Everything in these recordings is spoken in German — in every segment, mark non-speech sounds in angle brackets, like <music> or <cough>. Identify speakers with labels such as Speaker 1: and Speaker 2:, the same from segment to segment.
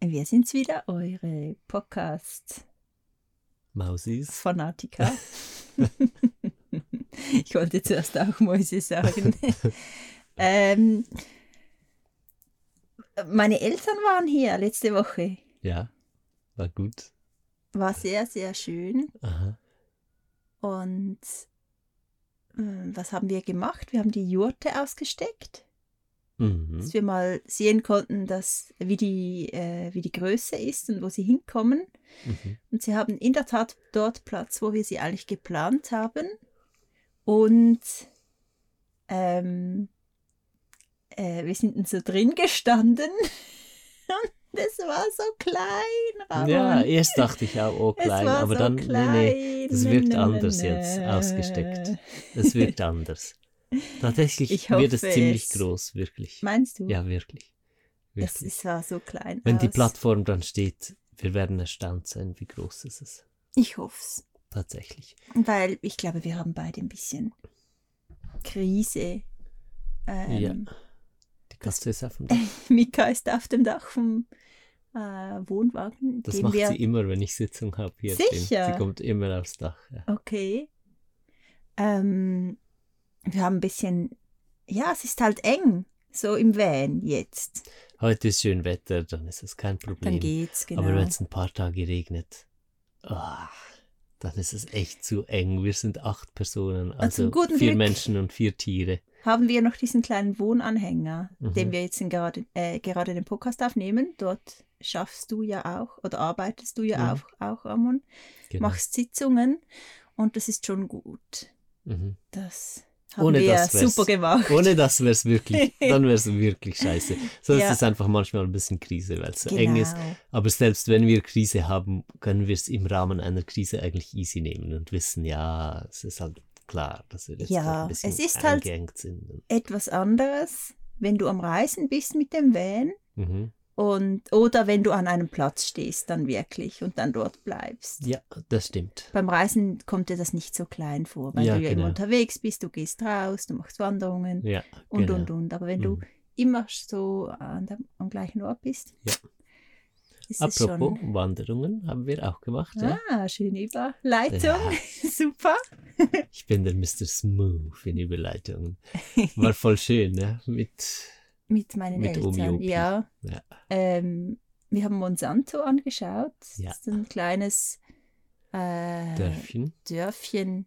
Speaker 1: Wir sind's wieder, eure
Speaker 2: Mausis.
Speaker 1: Podcast-Fanatiker. ich wollte zuerst auch Mäuse sagen. ähm, meine Eltern waren hier letzte Woche.
Speaker 2: Ja, war gut.
Speaker 1: War sehr, sehr schön.
Speaker 2: Aha.
Speaker 1: Und ähm, was haben wir gemacht? Wir haben die Jurte ausgesteckt,
Speaker 2: Mhm.
Speaker 1: dass wir mal sehen konnten, dass, wie, die, äh, wie die Größe ist und wo sie hinkommen.
Speaker 2: Mhm.
Speaker 1: Und sie haben in der Tat dort Platz, wo wir sie eigentlich geplant haben. Und ähm, äh, wir sind dann so drin gestanden. <laughs> Und es war so klein, Ramon.
Speaker 2: Ja, erst dachte ich auch, oh
Speaker 1: es
Speaker 2: klein,
Speaker 1: war
Speaker 2: aber
Speaker 1: so
Speaker 2: dann,
Speaker 1: klein.
Speaker 2: nee, nee, das wirkt
Speaker 1: Nö, nö,
Speaker 2: anders
Speaker 1: nö.
Speaker 2: jetzt, ausgesteckt. es
Speaker 1: <laughs>
Speaker 2: wirkt anders. Tatsächlich
Speaker 1: Ich
Speaker 2: wird es
Speaker 1: hoffe
Speaker 2: ziemlich
Speaker 1: es.
Speaker 2: groß, wirklich.
Speaker 1: Meinst du?
Speaker 2: Ja, wirklich.
Speaker 1: es,
Speaker 2: wirklich.
Speaker 1: es war so klein.
Speaker 2: Wenn die
Speaker 1: aus.
Speaker 2: Plattform dann steht, wir werden erstaunt sein, wie groß es ist.
Speaker 1: Ich hoffe es.
Speaker 2: Tatsächlich.
Speaker 1: Weil ich glaube, wir haben beide ein bisschen Krise. Ähm,
Speaker 2: ja. Die Katze
Speaker 1: <laughs>
Speaker 2: ist auf dem Dach.
Speaker 1: Mika ist auf dem Dach vom äh, Wohnwagen,
Speaker 2: Das
Speaker 1: den
Speaker 2: macht
Speaker 1: wir.
Speaker 2: sie immer, wenn ich Sitzung habe hier.
Speaker 1: Sicher?
Speaker 2: Sie kommt immer aufs Dach. Ja.
Speaker 1: Okay. Ähm, wir haben ein bisschen. Ja, es ist halt eng, so im Van jetzt.
Speaker 2: Heute ist schön Wetter, dann ist es kein Problem.
Speaker 1: Dann geht's, genau.
Speaker 2: Aber wenn es ein paar Tage regnet, ah, dann ist es echt zu eng. Wir sind acht Personen, also
Speaker 1: zum guten
Speaker 2: vier
Speaker 1: Glück-
Speaker 2: Menschen und vier Tiere.
Speaker 1: haben wir noch diesen kleinen Wohnanhänger,
Speaker 2: Mhm.
Speaker 1: den wir jetzt in gerade, äh, gerade den Podcast aufnehmen. Dort schaffst du ja auch oder arbeitest du ja
Speaker 2: Mhm.
Speaker 1: auch, auch, Ramon.
Speaker 2: Genau.
Speaker 1: Machst Sitzungen und das ist schon gut.
Speaker 2: Mhm.
Speaker 1: Das haben
Speaker 2: Ohne
Speaker 1: wir
Speaker 2: das wär's-
Speaker 1: super gemacht.
Speaker 2: Ohne das wäre es
Speaker 1: <laughs>
Speaker 2: wirklich, dann wäre es wirklich scheiße. So
Speaker 1: Ja. Genau.
Speaker 2: ist es einfach manchmal ein bisschen Krise, weil es so eng ist. Aber selbst wenn wir Krise haben, können wir es im Rahmen einer Krise eigentlich easy nehmen und wissen, ja, es ist halt klar, dass wir jetzt
Speaker 1: Ja,
Speaker 2: halt ein bisschen
Speaker 1: es ist halt-
Speaker 2: eingeengt sind.
Speaker 1: Etwas anderes, wenn du am Reisen bist mit dem Van
Speaker 2: Mhm.
Speaker 1: und oder wenn du an einem Platz stehst dann wirklich und dann dort bleibst.
Speaker 2: Ja, das stimmt.
Speaker 1: Beim Reisen kommt dir das nicht so klein vor, weil
Speaker 2: Ja,
Speaker 1: du ja immer
Speaker 2: genau.
Speaker 1: unterwegs bist, du gehst raus, du machst Wanderungen
Speaker 2: Ja,
Speaker 1: und
Speaker 2: genau.
Speaker 1: und und. Aber wenn du
Speaker 2: Mhm.
Speaker 1: immer so an der, am gleichen Ort bist,
Speaker 2: Ja.
Speaker 1: ist es
Speaker 2: Apropos
Speaker 1: schon.
Speaker 2: Wanderungen haben wir auch gemacht. Ja?
Speaker 1: Ah, schöne Überleitung.
Speaker 2: Ja.
Speaker 1: <laughs> Super.
Speaker 2: Ich bin der Mr. Smooth in Überleitungen. War voll schön, ne? Mit
Speaker 1: Mit meinen
Speaker 2: Mit
Speaker 1: Eltern,
Speaker 2: Omi Opi.
Speaker 1: ja.
Speaker 2: Ja.
Speaker 1: Ähm, wir haben Monsanto angeschaut.
Speaker 2: Ja.
Speaker 1: Das ist ein kleines äh,
Speaker 2: Dörfchen.
Speaker 1: Dörfchen.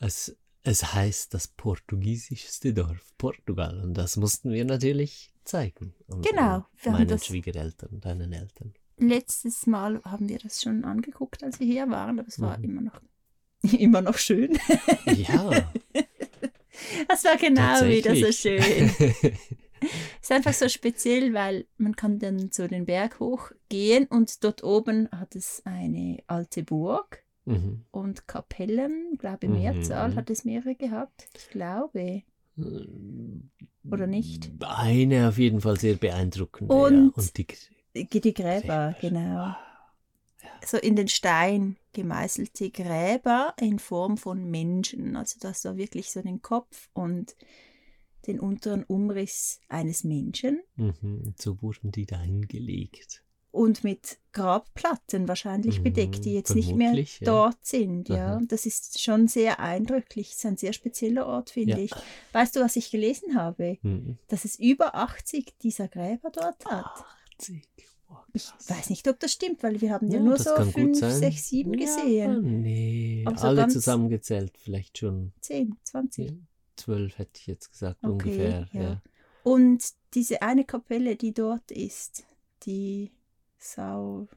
Speaker 2: Es, es heißt das portugiesischste Dorf Portugal. Und das mussten wir natürlich zeigen. Und, äh,
Speaker 1: Genau, wir haben
Speaker 2: meinen
Speaker 1: das-
Speaker 2: Schwiegereltern, deinen Eltern.
Speaker 1: Letztes Mal haben wir das schon angeguckt, als wir hier waren, aber es war
Speaker 2: Mhm.
Speaker 1: immer noch <laughs> immer noch schön.
Speaker 2: Ja,
Speaker 1: Das war <laughs> genau wieder so
Speaker 2: Tatsächlich.
Speaker 1: schön. Ist einfach so speziell, weil man kann dann so den Berg hochgehen und dort oben hat es eine alte Burg
Speaker 2: <laughs> mhm.
Speaker 1: und Kapellen, glaube
Speaker 2: Mhm.
Speaker 1: Mehrzahl hat es mehrere gehabt. Ich glaube. Oder nicht?
Speaker 2: Eine auf jeden Fall sehr beeindruckende. ja.
Speaker 1: Und-
Speaker 2: Und die
Speaker 1: G- Die Gräber,
Speaker 2: Gräber.
Speaker 1: genau.
Speaker 2: Ah,
Speaker 1: So in den Stein gemeißelte Gräber in Form von Menschen. Also das war wirklich so den Kopf und den unteren Umriss eines Menschen.
Speaker 2: Mhm, so wurden die dahin gelegt.
Speaker 1: Und mit Grabplatten wahrscheinlich
Speaker 2: Mhm,
Speaker 1: bedeckt, die jetzt nicht mehr
Speaker 2: vermutlich, ja.
Speaker 1: dort sind. Ja,
Speaker 2: Aha.
Speaker 1: das ist schon sehr eindrücklich. Es ist ein sehr spezieller Ort, finde
Speaker 2: Ja.
Speaker 1: ich. Weißt du, was ich gelesen habe?
Speaker 2: Mhm.
Speaker 1: Dass es über 80 dieser Gräber dort hat.
Speaker 2: 80. Wow,
Speaker 1: Ich
Speaker 2: krass.
Speaker 1: weiß nicht, ob das stimmt, weil wir haben ja,
Speaker 2: Ja,
Speaker 1: nur
Speaker 2: das
Speaker 1: so
Speaker 2: kann gut
Speaker 1: 5,
Speaker 2: sein.
Speaker 1: 6, 7
Speaker 2: Ja,
Speaker 1: gesehen.
Speaker 2: nee,
Speaker 1: Aber so
Speaker 2: alle
Speaker 1: ganz-
Speaker 2: zusammengezählt, vielleicht schon
Speaker 1: 10, 20.
Speaker 2: ja, 12 hätte ich jetzt gesagt,
Speaker 1: Okay,
Speaker 2: ungefähr.
Speaker 1: ja.
Speaker 2: Ja.
Speaker 1: Und diese eine Kapelle, die dort ist, die Sau...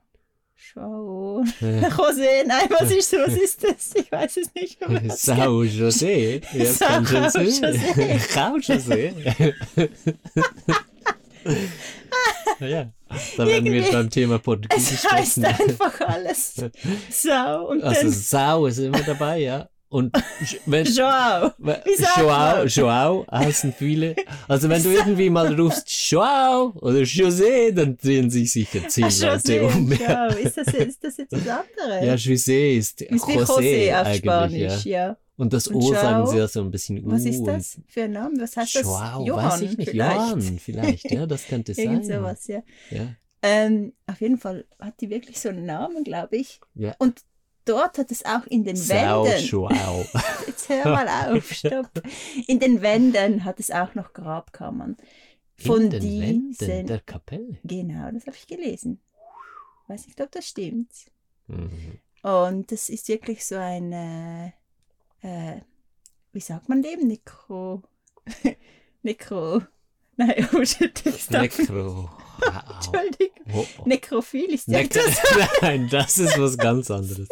Speaker 1: Schau... <laughs>
Speaker 2: Äh,
Speaker 1: Rosé, nein, was ist, was ist das? Ich weiß es nicht.
Speaker 2: <laughs>
Speaker 1: um was geht.
Speaker 2: <laughs> Sau José. Ja,
Speaker 1: Sau
Speaker 2: kann schon sein.
Speaker 1: José.
Speaker 2: <laughs>
Speaker 1: <laughs>
Speaker 2: Sau José. ja, da werden wir
Speaker 1: Irgendwie-
Speaker 2: beim Thema Portugiesisch
Speaker 1: Es heißt
Speaker 2: sprechen.
Speaker 1: einfach alles. Sau und
Speaker 2: Also
Speaker 1: dann
Speaker 2: Sau ist immer dabei, ja.
Speaker 1: <laughs>
Speaker 2: Und wenn,
Speaker 1: Joao.
Speaker 2: We-
Speaker 1: Wie sagt
Speaker 2: Joao,
Speaker 1: man?
Speaker 2: Joao heißen viele. Also
Speaker 1: <laughs>
Speaker 2: wenn du irgendwie mal rufst Joao oder José, dann drehen sich sicher zehn
Speaker 1: Ah,
Speaker 2: Leute
Speaker 1: José
Speaker 2: um.
Speaker 1: und
Speaker 2: Ja,
Speaker 1: Joao. Ist das, ist das jetzt das andere?
Speaker 2: José ist
Speaker 1: ist wie
Speaker 2: José,
Speaker 1: José auf
Speaker 2: eigentlich.
Speaker 1: Spanisch,
Speaker 2: ja.
Speaker 1: ja.
Speaker 2: Und das
Speaker 1: Und
Speaker 2: O sagen
Speaker 1: Joao?
Speaker 2: sie ja so ein bisschen U.
Speaker 1: Was ist
Speaker 2: und
Speaker 1: das für ein Name? Was heißt das?
Speaker 2: Joao,
Speaker 1: Johann
Speaker 2: weiß ich nicht.
Speaker 1: vielleicht.
Speaker 2: Johann vielleicht, ja, das könnte
Speaker 1: <laughs> Irgend
Speaker 2: sein.
Speaker 1: sowas, ja.
Speaker 2: Ja.
Speaker 1: Ähm, auf jeden Fall hat die wirklich so einen Namen, glaube ich.
Speaker 2: Ja.
Speaker 1: Und dort hat es auch in den
Speaker 2: Sau,
Speaker 1: Wänden.
Speaker 2: Schwau.
Speaker 1: <laughs> Jetzt hör mal
Speaker 2: <laughs>
Speaker 1: auf, stopp. In den Wänden hat es auch noch Grabkammern. Von
Speaker 2: In den Wänden
Speaker 1: diesen.
Speaker 2: der Kapelle.
Speaker 1: Genau, das habe ich gelesen. Weiß nicht, ob das stimmt.
Speaker 2: Mhm.
Speaker 1: Und das ist wirklich so ein, äh, äh, wie sagt man dem? Nekro. <laughs> Nekro. Nein, <laughs> oh shit, ich stopp.
Speaker 2: Nekro. Au.
Speaker 1: <laughs> Entschuldigung.
Speaker 2: Oh, oh.
Speaker 1: Nekrophil ist ja
Speaker 2: Nek-
Speaker 1: etwas
Speaker 2: <laughs> Nein, das ist was ganz anderes.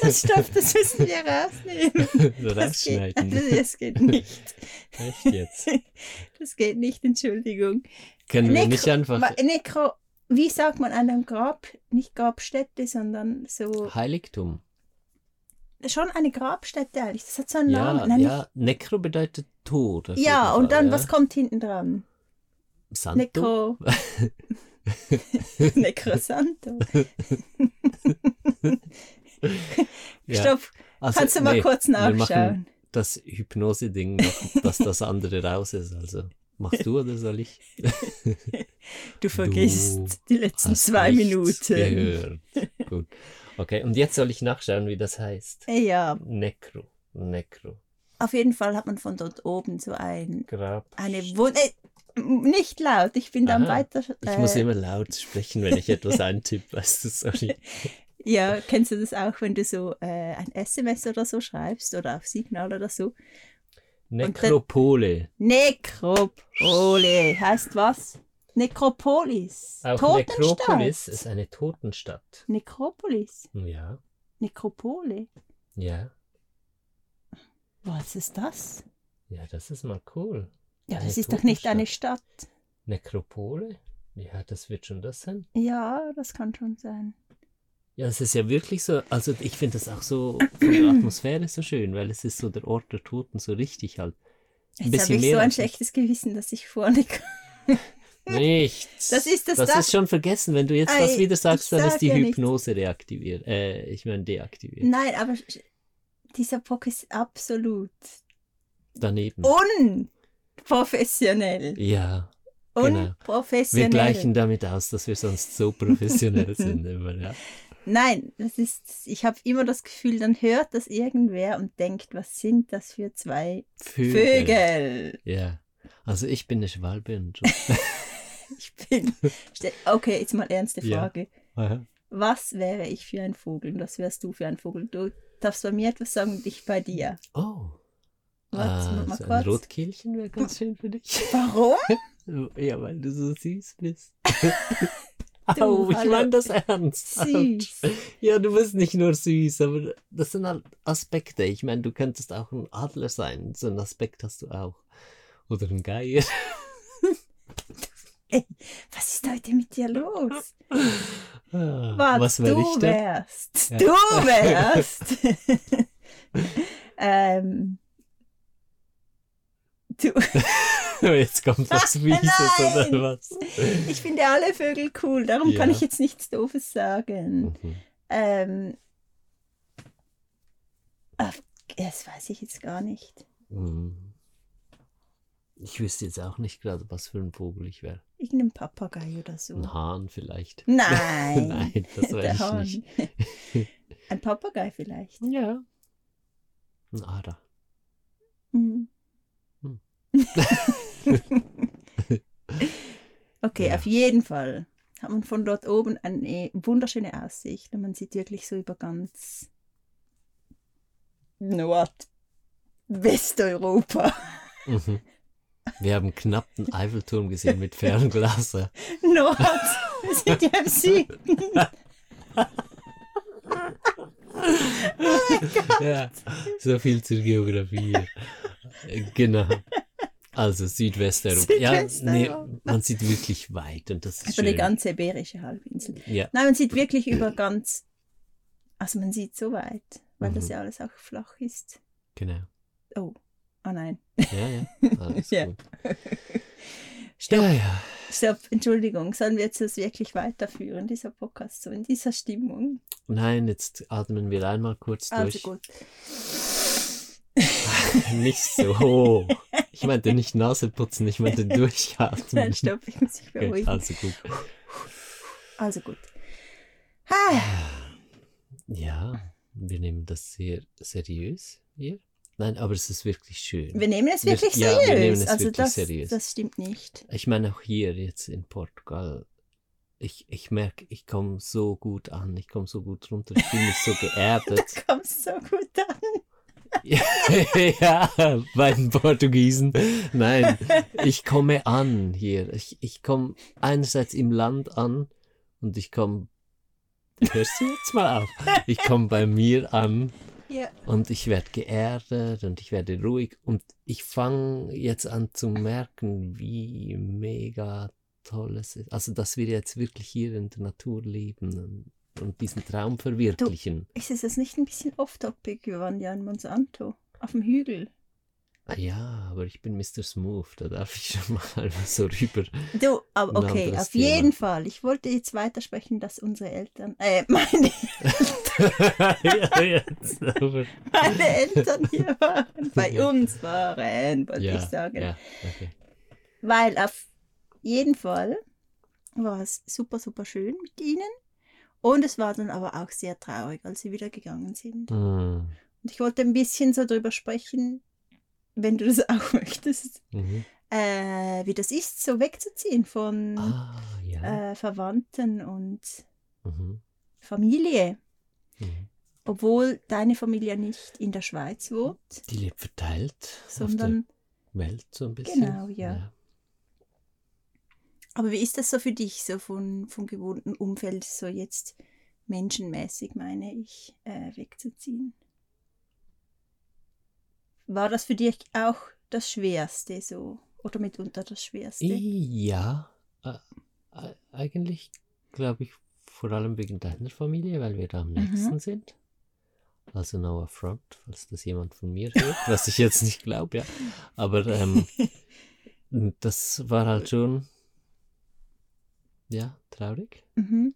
Speaker 1: Das Stoff, das müssen wir rausnehmen. Das geht, <laughs>
Speaker 2: Rausschneiden.
Speaker 1: das, das geht nicht.
Speaker 2: Echt jetzt.
Speaker 1: Das geht nicht, Entschuldigung.
Speaker 2: Können wir
Speaker 1: Nekro-
Speaker 2: nicht einfach
Speaker 1: Ma- Nekro, wie sagt man an einem Grab? Nicht Grabstätte, sondern so.
Speaker 2: Heiligtum?
Speaker 1: Schon eine Grabstätte eigentlich. Das hat so einen
Speaker 2: Ja,
Speaker 1: Namen. Nein,
Speaker 2: ja. Nekro bedeutet Tod. auf
Speaker 1: nicht- Genau, ja
Speaker 2: jeden
Speaker 1: und
Speaker 2: Fall,
Speaker 1: dann,
Speaker 2: ja.
Speaker 1: was kommt hinten dran?
Speaker 2: Santo? <laughs>
Speaker 1: Necro. Necrosanto.
Speaker 2: Ja.
Speaker 1: Stopp,
Speaker 2: Also,
Speaker 1: kannst du mal
Speaker 2: nee,
Speaker 1: kurz
Speaker 2: machen-
Speaker 1: nachschauen?
Speaker 2: Das Hypnose-Ding noch, dass das andere raus ist. Also, machst du oder soll ich?
Speaker 1: <laughs> Du vergisst
Speaker 2: Du
Speaker 1: die letzten
Speaker 2: Hast
Speaker 1: zwei
Speaker 2: nichts
Speaker 1: Minuten.
Speaker 2: Gehört. Gut. Okay, und jetzt soll ich nachschauen, wie das
Speaker 1: Äh.
Speaker 2: heißt.
Speaker 1: Ja,
Speaker 2: Necro. Necro.
Speaker 1: auf jeden Fall hat man von dort oben so ein,
Speaker 2: Grab.
Speaker 1: eine Wunde. Äh, nicht laut, ich bin da am
Speaker 2: Aha,
Speaker 1: weiter.
Speaker 2: Ich muss
Speaker 1: äh,
Speaker 2: immer laut sprechen, wenn ich etwas eintippe, weißt du,
Speaker 1: <laughs>
Speaker 2: sorry.
Speaker 1: Ja, kennst du das auch, wenn du so äh, ein SMS oder so schreibst oder auf Signal oder so?
Speaker 2: Nekropole.
Speaker 1: Nekropole heißt was? Nekropolis.
Speaker 2: Auch
Speaker 1: Totenstadt.
Speaker 2: Nekropolis ist eine Totenstadt.
Speaker 1: Nekropolis.
Speaker 2: Ja,
Speaker 1: Nekropole.
Speaker 2: ja,
Speaker 1: Was ist das?
Speaker 2: ja, das ist mal cool.
Speaker 1: Ja,
Speaker 2: Eine
Speaker 1: das ist doch nicht eine Stadt.
Speaker 2: Nekropole? Ja, das wird schon das sein.
Speaker 1: Ja, das kann schon sein.
Speaker 2: Ja, es ist ja wirklich so, also ich finde das auch so von der Atmosphäre so schön, weil es ist so der Ort der Toten so richtig halt. Ein
Speaker 1: Jetzt habe
Speaker 2: bisschen
Speaker 1: ich so
Speaker 2: mehr
Speaker 1: ein
Speaker 2: als-
Speaker 1: schlechtes Gewissen, dass ich vorne
Speaker 2: Nichts.
Speaker 1: Das ist das-
Speaker 2: Das
Speaker 1: das-
Speaker 2: ist schon vergessen. Wenn du jetzt
Speaker 1: Ei,
Speaker 2: das wieder sagst,
Speaker 1: ich
Speaker 2: dann ist die
Speaker 1: sag ja nichts.
Speaker 2: Hypnose reaktiviert. Äh, ich meine deaktiviert.
Speaker 1: Nein, aber sch- dieser Pock ist absolut
Speaker 2: Daneben.
Speaker 1: oh, unprofessionell.
Speaker 2: Ja. genau. Wir
Speaker 1: Unprofessionell.
Speaker 2: gleichen damit aus, dass wir sonst
Speaker 1: <laughs>
Speaker 2: so professionell sind immer, ja.
Speaker 1: Nein, das ist, ich habe immer das Gefühl, dann hört das irgendwer und denkt, was sind das für zwei
Speaker 2: Vögel.
Speaker 1: Vögel?
Speaker 2: Ja. Also ich bin eine Schwalbe <laughs> und so.
Speaker 1: Ich bin. <laughs> Ste- Okay, jetzt mal ernste
Speaker 2: Ja.
Speaker 1: Frage.
Speaker 2: Aha.
Speaker 1: Was wäre ich für ein Vogel und was wärst du für ein Vogel? Du darfst bei mir etwas sagen und ich bei dir.
Speaker 2: Oh.
Speaker 1: Warte, mach mal
Speaker 2: Ah, so ein
Speaker 1: kurz.
Speaker 2: Rotkehlchen wäre ganz schön für dich.
Speaker 1: Warum?
Speaker 2: <laughs> Ja, weil du so süß bist.
Speaker 1: <laughs> Du,
Speaker 2: Au, ich
Speaker 1: hallo.
Speaker 2: meine das ernst.
Speaker 1: Süß.
Speaker 2: Ja, du bist nicht nur süß, aber das sind halt Aspekte. Ich meine, du könntest auch ein Adler sein. So einen Aspekt hast du auch. Oder ein Geier.
Speaker 1: Was ist heute mit dir los?
Speaker 2: Ah,
Speaker 1: Was,
Speaker 2: Was
Speaker 1: du
Speaker 2: wäre ich denn?
Speaker 1: wärst.
Speaker 2: Ja.
Speaker 1: Du
Speaker 2: <laughs>
Speaker 1: wärst. ähm, du,
Speaker 2: <laughs> Jetzt kommt
Speaker 1: <laughs>
Speaker 2: was Wieses
Speaker 1: Nein!
Speaker 2: oder was?
Speaker 1: ich finde alle Vögel cool, darum kann
Speaker 2: Ja.
Speaker 1: ich jetzt nichts Doofes sagen.
Speaker 2: Mhm.
Speaker 1: Ähm, ah, das weiß ich jetzt gar nicht.
Speaker 2: Mhm. Ich wüsste jetzt auch nicht gerade, was für ein Vogel ich wäre.
Speaker 1: Irgendein Papagei oder so.
Speaker 2: Ein Hahn vielleicht.
Speaker 1: Nein.
Speaker 2: <laughs> Nein,
Speaker 1: <laughs>
Speaker 2: das
Speaker 1: Der
Speaker 2: wäre ich
Speaker 1: Hahn.
Speaker 2: nicht.
Speaker 1: <laughs>
Speaker 2: <laughs>
Speaker 1: Ein Papagei vielleicht.
Speaker 2: Ja. Ein Ader.
Speaker 1: Mhm.
Speaker 2: Hm.
Speaker 1: <laughs> okay,
Speaker 2: Ja.
Speaker 1: auf jeden Fall hat man von dort oben eine wunderschöne Aussicht und man sieht wirklich so über ganz Nord. Westeuropa.
Speaker 2: Mhm. Wir haben knapp einen Eiffelturm gesehen mit
Speaker 1: <laughs>
Speaker 2: Fernglas. ja.
Speaker 1: <laughs> Nord. Wir sind ja im Süden.
Speaker 2: Ja, so viel zur Geografie. genau. Also Südwesteuropa. Ja,
Speaker 1: Südwesteuropa.
Speaker 2: nee, man sieht wirklich weit und das ist
Speaker 1: Über die
Speaker 2: schön.
Speaker 1: ganze Iberische Halbinsel.
Speaker 2: ja,
Speaker 1: Nein, man sieht wirklich über ganz. Also man sieht so weit, weil das
Speaker 2: Mhm.
Speaker 1: ja alles auch flach ist.
Speaker 2: genau.
Speaker 1: Oh, ah nein.
Speaker 2: Ja,
Speaker 1: <laughs>
Speaker 2: ja. Alles
Speaker 1: Ja.
Speaker 2: gut.
Speaker 1: Stopp,
Speaker 2: Ja, ja.
Speaker 1: stopp, Entschuldigung. Sollen wir jetzt das wirklich weiterführen, dieser Podcast, so in dieser Stimmung?
Speaker 2: Nein, jetzt atmen wir einmal kurz
Speaker 1: Also
Speaker 2: durch.
Speaker 1: gut.
Speaker 2: <laughs> Nicht so hoch. Ich meinte
Speaker 1: <laughs>
Speaker 2: nicht Nase putzen, ich meinte durchatmen. <laughs>
Speaker 1: Nein, stopp, ich muss mich
Speaker 2: Okay,
Speaker 1: beruhigen.
Speaker 2: also gut.
Speaker 1: Also gut. Ah,
Speaker 2: Ja, wir nehmen das sehr seriös hier. Nein, aber es ist wirklich schön.
Speaker 1: wir nehmen es
Speaker 2: Wir-
Speaker 1: wirklich
Speaker 2: ja, wir
Speaker 1: seriös.
Speaker 2: nehmen es
Speaker 1: also
Speaker 2: wirklich
Speaker 1: das,
Speaker 2: seriös.
Speaker 1: das stimmt nicht.
Speaker 2: Ich meine, auch hier jetzt in Portugal, ich, ich merke, ich komme so gut an, ich komme so gut runter, ich fühle mich
Speaker 1: <laughs>
Speaker 2: so geerdet.
Speaker 1: Da kommst du so gut an.
Speaker 2: <laughs> ja, bei den Portugiesen. Nein, ich komme an hier. Ich, ich komme einerseits im Land an und ich komme. Hörst du jetzt mal auf? Ich komme bei mir an
Speaker 1: Ja.
Speaker 2: und ich werde geerdet und ich werde ruhig und ich fange jetzt an zu merken, wie mega toll es ist. Also, dass wir jetzt wirklich hier in der Natur leben und, und diesen Traum verwirklichen.
Speaker 1: Ist es jetzt nicht ein bisschen off-topic? Wir waren ja in Monsanto, auf dem Hügel.
Speaker 2: Ah Ja, aber ich bin Mr. Smooth, da darf ich schon mal <laughs>
Speaker 1: <laughs>
Speaker 2: so rüber.
Speaker 1: Du, aber
Speaker 2: Ein
Speaker 1: okay,
Speaker 2: anderes
Speaker 1: auf
Speaker 2: Thema.
Speaker 1: jeden Fall. Ich wollte jetzt weitersprechen, dass unsere Eltern, äh, <laughs> meine,
Speaker 2: ja, jetzt, aber, <laughs>
Speaker 1: meine Eltern hier waren, bei
Speaker 2: Ja.
Speaker 1: uns waren, wollte
Speaker 2: ja,
Speaker 1: ich sagen.
Speaker 2: ja, okay.
Speaker 1: Weil auf jeden Fall war es super, super schön mit ihnen. Und es war dann aber auch sehr traurig, als sie wieder gegangen sind.
Speaker 2: Hm,
Speaker 1: Und ich wollte ein bisschen so drüber sprechen, wenn du das <laughs> auch möchtest,
Speaker 2: Mhm.
Speaker 1: äh, wie das ist, so wegzuziehen von
Speaker 2: Ah, ja.
Speaker 1: äh, Verwandten und
Speaker 2: Mhm.
Speaker 1: Familie.
Speaker 2: Mhm.
Speaker 1: Obwohl deine Familie nicht in der Schweiz wohnt,
Speaker 2: Die lebt verteilt auf
Speaker 1: sondern.
Speaker 2: der Welt so ein bisschen.
Speaker 1: Genau, ja. Aber wie ist das so für dich, so von, vom gewohnten Umfeld, so jetzt menschenmäßig, meine ich, äh, wegzuziehen? War das für dich auch das Schwerste so? Oder mitunter das Schwerste?
Speaker 2: Ja, äh, äh, eigentlich glaube ich vor allem wegen deiner Familie, weil wir da
Speaker 1: Mhm.
Speaker 2: am nächsten sind. Also no affront, falls das jemand von mir hört, was ich jetzt nicht glaube, ja. Aber
Speaker 1: <laughs>
Speaker 2: ähm, das war halt schon, ja, traurig.
Speaker 1: Mhm.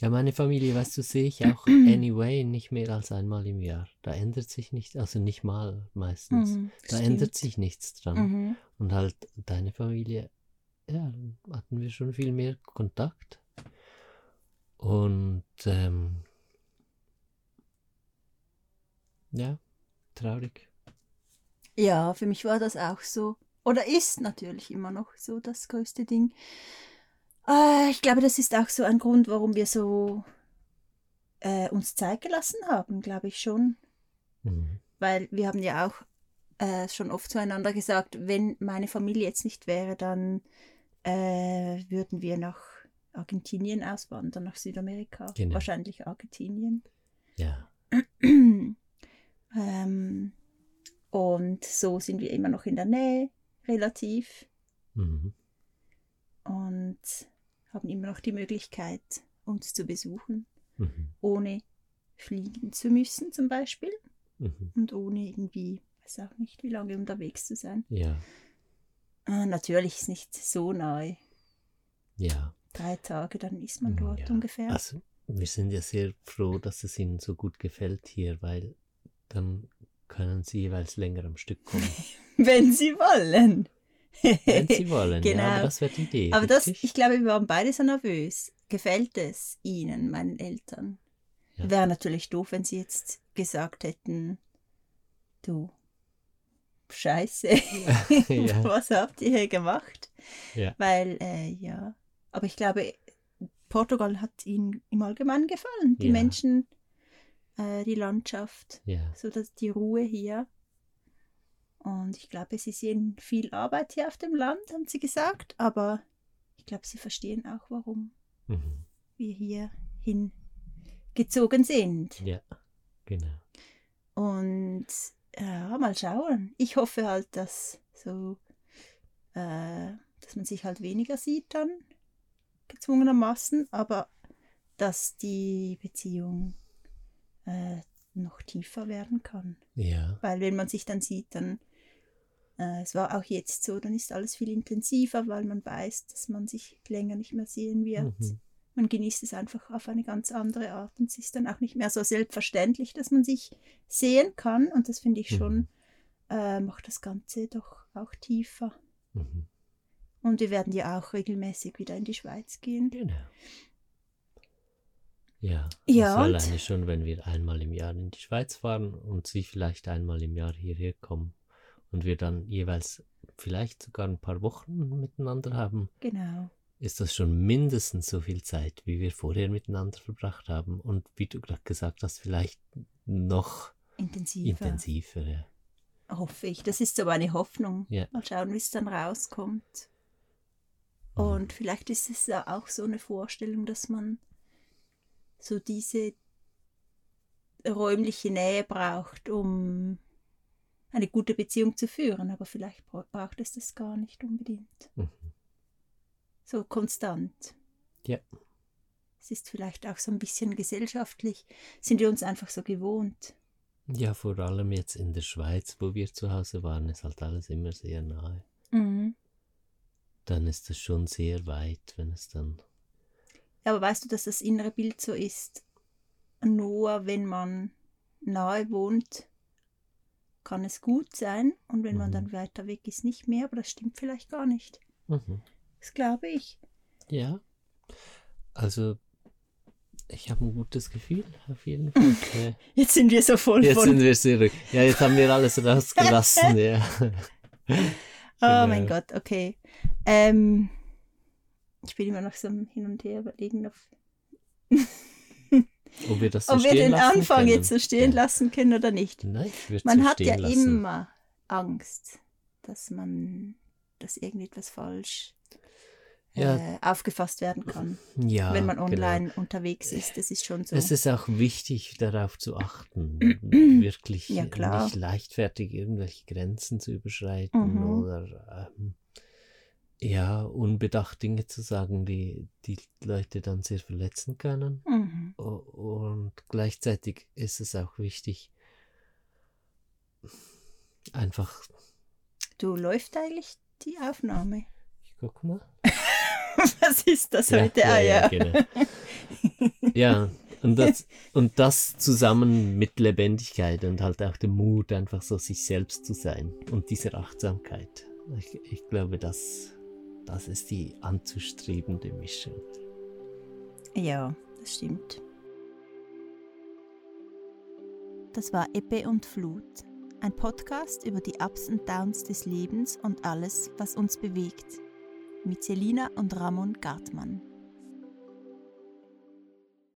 Speaker 2: Ja, meine Familie, weißt du, sehe ich
Speaker 1: <clears throat>
Speaker 2: auch anyway nicht mehr als einmal im Jahr. Da ändert sich nichts, also nicht mal meistens.
Speaker 1: Mhm,
Speaker 2: Da
Speaker 1: stimmt.
Speaker 2: ändert sich nichts dran.
Speaker 1: Mhm.
Speaker 2: Und halt deine Familie, ja, hatten wir schon viel mehr Kontakt. Und ähm, ja, traurig.
Speaker 1: Ja, für mich war das auch so. Oder ist natürlich immer noch so das größte Ding. Äh, ich glaube, das ist auch so ein Grund, warum wir so äh, uns Zeit gelassen haben, glaube ich schon.
Speaker 2: Mhm.
Speaker 1: Weil wir haben ja auch äh, schon oft zueinander gesagt, wenn meine Familie jetzt nicht wäre, dann äh, würden wir nach Argentinien auswandern, nach Südamerika.
Speaker 2: Genau.
Speaker 1: Wahrscheinlich Argentinien. <clears throat>
Speaker 2: Ja.
Speaker 1: ähm, und so sind wir immer noch in der Nähe, relativ,
Speaker 2: Mhm.
Speaker 1: und haben immer noch die Möglichkeit, uns zu besuchen,
Speaker 2: Mhm.
Speaker 1: ohne fliegen zu müssen zum Beispiel
Speaker 2: Mhm.
Speaker 1: und ohne irgendwie, weiß auch nicht, wie lange unterwegs zu sein.
Speaker 2: Ja,
Speaker 1: Ah, natürlich ist nicht so nahe.
Speaker 2: ja.
Speaker 1: Drei Tage, dann ist man
Speaker 2: Mm,
Speaker 1: dort
Speaker 2: ja.
Speaker 1: ungefähr.
Speaker 2: Also, wir sind ja sehr froh, dass es ihnen so gut gefällt hier, weil dann können sie jeweils länger am Stück kommen,
Speaker 1: <laughs> Wenn sie wollen.
Speaker 2: wenn sie wollen.
Speaker 1: Genau.
Speaker 2: Ja, aber das wäre die Idee.
Speaker 1: <laughs> Aber das,
Speaker 2: richtig?
Speaker 1: ich glaube, wir waren beide so nervös. Gefällt es Ihnen, meinen Eltern?
Speaker 2: Ja.
Speaker 1: Wäre natürlich doof, wenn Sie jetzt gesagt hätten, du Scheiße,
Speaker 2: <laughs>
Speaker 1: <laughs>
Speaker 2: Ja.
Speaker 1: was habt ihr hier gemacht?
Speaker 2: Ja.
Speaker 1: Weil, äh, ja, aber ich glaube, Portugal hat Ihnen im Allgemeinen gefallen. Die
Speaker 2: Ja.
Speaker 1: Menschen, äh, die Landschaft,
Speaker 2: Ja,
Speaker 1: so dass die Ruhe hier. Und ich glaube, es ist ihnen viel Arbeit hier auf dem Land, haben sie gesagt, aber ich glaube, sie verstehen auch, warum
Speaker 2: mhm.
Speaker 1: wir hier hingezogen sind.
Speaker 2: ja. genau.
Speaker 1: Und ja, mal schauen. Ich hoffe halt, dass so, äh, dass man sich halt weniger sieht dann gezwungenermaßen, aber dass die Beziehung äh, noch tiefer werden kann.
Speaker 2: Ja.
Speaker 1: Weil wenn man sich dann sieht, dann, äh, es war auch jetzt so, dann ist alles viel intensiver, weil man weiß, dass man sich länger nicht mehr sehen wird.
Speaker 2: Mhm.
Speaker 1: Man genießt es einfach auf eine ganz andere Art und es ist dann auch nicht mehr so selbstverständlich, dass man sich sehen kann. Und das finde ich schon,
Speaker 2: Mhm.
Speaker 1: äh, macht das Ganze doch auch tiefer.
Speaker 2: Mhm.
Speaker 1: Und wir werden ja auch regelmäßig wieder in die Schweiz gehen.
Speaker 2: Genau. Ja,
Speaker 1: Ja,
Speaker 2: also
Speaker 1: und?
Speaker 2: alleine schon, wenn wir einmal im Jahr in die Schweiz fahren und sie vielleicht einmal im Jahr hierher kommen und wir dann jeweils vielleicht sogar ein paar Wochen miteinander haben,
Speaker 1: Genau.
Speaker 2: ist das schon mindestens so viel Zeit, wie wir vorher miteinander verbracht haben und wie du gerade gesagt hast, vielleicht noch
Speaker 1: Intensiver.
Speaker 2: intensiver. Ja.
Speaker 1: Hoffe ich. Das ist so eine Hoffnung.
Speaker 2: Ja.
Speaker 1: Mal schauen, wie es dann rauskommt.
Speaker 2: Mhm.
Speaker 1: Und vielleicht ist es ja auch so eine Vorstellung, dass man so diese räumliche Nähe braucht, um eine gute Beziehung zu führen. Aber vielleicht bra- braucht es das gar nicht unbedingt.
Speaker 2: Mhm.
Speaker 1: So konstant.
Speaker 2: Ja.
Speaker 1: Es ist vielleicht auch so ein bisschen gesellschaftlich. Sind wir uns einfach so gewohnt.
Speaker 2: ja, vor allem jetzt in der Schweiz, wo wir zu Hause waren, ist halt alles immer sehr nahe.
Speaker 1: Mhm.
Speaker 2: Dann ist es schon sehr weit, wenn es dann
Speaker 1: Aber weißt du, dass das innere Bild so ist? Nur wenn man nahe wohnt, kann es gut sein. Und wenn man
Speaker 2: Mhm.
Speaker 1: dann weiter weg ist, nicht mehr. Aber das stimmt vielleicht gar nicht.
Speaker 2: mhm.
Speaker 1: Das glaube ich.
Speaker 2: Ja. Also, ich habe ein gutes Gefühl, auf jeden <laughs> Fall.
Speaker 1: Jetzt sind wir so
Speaker 2: Ja.
Speaker 1: voll
Speaker 2: Jetzt
Speaker 1: von.
Speaker 2: sind wir zurück. Ja, jetzt haben wir alles
Speaker 1: <laughs>
Speaker 2: rausgelassen, ja.
Speaker 1: oh
Speaker 2: genau.
Speaker 1: mein Gott, okay. Ähm, ich bin immer noch so am Hin und Her überlegen, ob,
Speaker 2: Ob wir das so
Speaker 1: ob wir
Speaker 2: stehen
Speaker 1: den
Speaker 2: lassen
Speaker 1: Anfang
Speaker 2: können.
Speaker 1: jetzt so stehen
Speaker 2: Ja.
Speaker 1: lassen können oder nicht.
Speaker 2: Nein, ich würde
Speaker 1: Man
Speaker 2: so
Speaker 1: hat ja
Speaker 2: stehen lassen.
Speaker 1: immer Angst, dass man, dass irgendetwas falsch
Speaker 2: Ja.
Speaker 1: äh, aufgefasst werden kann,
Speaker 2: Ja,
Speaker 1: wenn man
Speaker 2: genau.
Speaker 1: online unterwegs ist. Das ist schon so.
Speaker 2: Es ist auch wichtig, darauf zu achten,
Speaker 1: <clears throat>
Speaker 2: wirklich
Speaker 1: Ja, klar.
Speaker 2: nicht leichtfertig irgendwelche Grenzen zu überschreiten
Speaker 1: Mhm.
Speaker 2: oder ähm, ja, unbedacht Dinge zu sagen, die die Leute dann sehr verletzen können.
Speaker 1: mhm.
Speaker 2: O- Und gleichzeitig ist es auch wichtig, einfach,
Speaker 1: Du läuft eigentlich die Aufnahme. <laughs>
Speaker 2: ich guck mal.
Speaker 1: Was ist das heute?
Speaker 2: ja,
Speaker 1: ah,
Speaker 2: ja,
Speaker 1: ja.
Speaker 2: genau. ja, und das, und das zusammen mit Lebendigkeit und halt auch dem Mut, einfach so sich selbst zu sein und dieser Achtsamkeit. Ich, ich glaube, das, das ist die anzustrebende Mischung.
Speaker 1: Ja, das stimmt. Das war Ebbe und Flut, ein Podcast über die Ups und Downs des Lebens und alles, was uns bewegt. Mit Selina und Ramon Gartmann.